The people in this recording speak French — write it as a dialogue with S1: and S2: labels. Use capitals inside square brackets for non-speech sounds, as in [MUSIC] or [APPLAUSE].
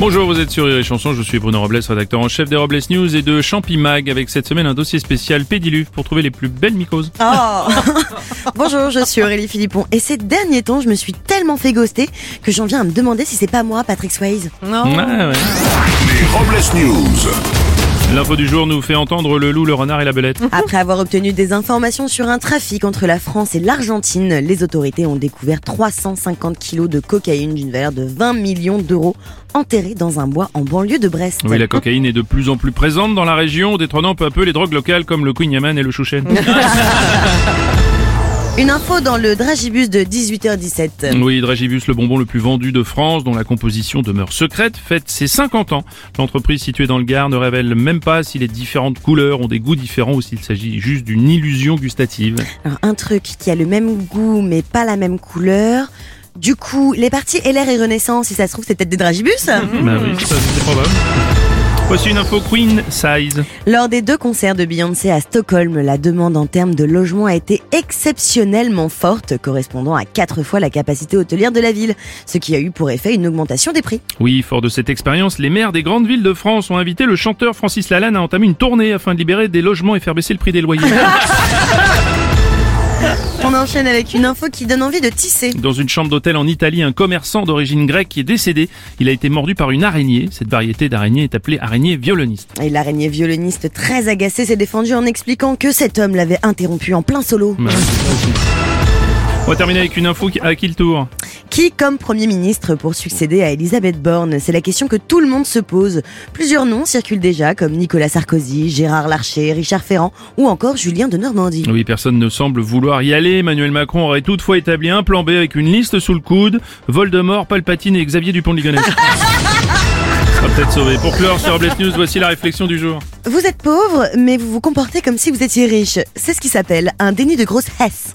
S1: Bonjour, vous êtes sur Rire et Chanson, je suis Bruno Robles, rédacteur en chef des Robles News et de Champimag, avec cette semaine un dossier spécial Pédiluve pour trouver les plus belles mycoses.
S2: Oh [LAUGHS] Bonjour, je suis Aurélie Philippon et ces derniers temps, je me suis tellement fait ghoster que j'en viens à me demander si c'est pas moi, Patrick Swayze.
S1: Ouais, Ah ouais.
S3: Les Robles News.
S1: L'info du jour nous fait entendre le loup, le renard et la belette.
S2: Après avoir obtenu des informations sur un trafic entre la France et l'Argentine, les autorités ont découvert 350 kilos de cocaïne d'une valeur de 20 millions d'euros enterrés dans un bois en banlieue de Brest.
S1: Oui, la cocaïne est de plus en plus présente dans la région, détrônant peu à peu les drogues locales comme le Queen Yaman et le Chouchen.
S2: Une info dans le dragibus de 18h17.
S1: Oui, Dragibus, le bonbon le plus vendu de France, dont la composition demeure secrète, fête ses 50 ans. L'entreprise située dans le Gard ne révèle même pas si les différentes couleurs ont des goûts différents ou s'il s'agit juste d'une illusion gustative.
S2: Alors, un truc qui a le même goût mais pas la même couleur. Du coup, les parties LR et Renaissance, si ça se trouve, c'est peut-être des dragibus
S1: Bah oui, ça, c'est probable. Voici une info Queen Size.
S2: Lors des deux concerts de Beyoncé à Stockholm, la demande en termes de logement a été exceptionnellement forte, correspondant à quatre fois la capacité hôtelière de la ville, ce qui a eu pour effet une augmentation des prix.
S1: Oui, fort de cette expérience, les maires des grandes villes de France ont invité le chanteur Francis Lalanne à entamer une tournée afin de libérer des logements et faire baisser le prix des loyers.
S2: On enchaîne avec une info qui donne envie de tisser.
S1: Dans une chambre d'hôtel en Italie, un commerçant d'origine grecque est décédé. Il a été mordu par une araignée. Cette variété d'araignée est appelée araignée violoniste.
S2: Et l'araignée violoniste très agacée s'est défendue en expliquant que cet homme l'avait interrompu en plein solo.
S1: On va terminer avec une info qui- à qui le tour
S2: Qui comme Premier ministre pour succéder à Elisabeth Borne C'est la question que tout le monde se pose. Plusieurs noms circulent déjà, comme Nicolas Sarkozy, Gérard Larcher, Richard Ferrand ou encore Julien de Normandie.
S1: Oui, personne ne semble vouloir y aller. Emmanuel Macron aurait toutefois établi un plan B avec une liste sous le coude. Voldemort, Palpatine et Xavier Dupont de Ligonnès. Ça va peut-être sauver. Pour clore sur Bless News, voici la réflexion du jour.
S2: Vous êtes pauvre, mais vous vous comportez comme si vous étiez riche. C'est ce qui s'appelle un déni de grossesse.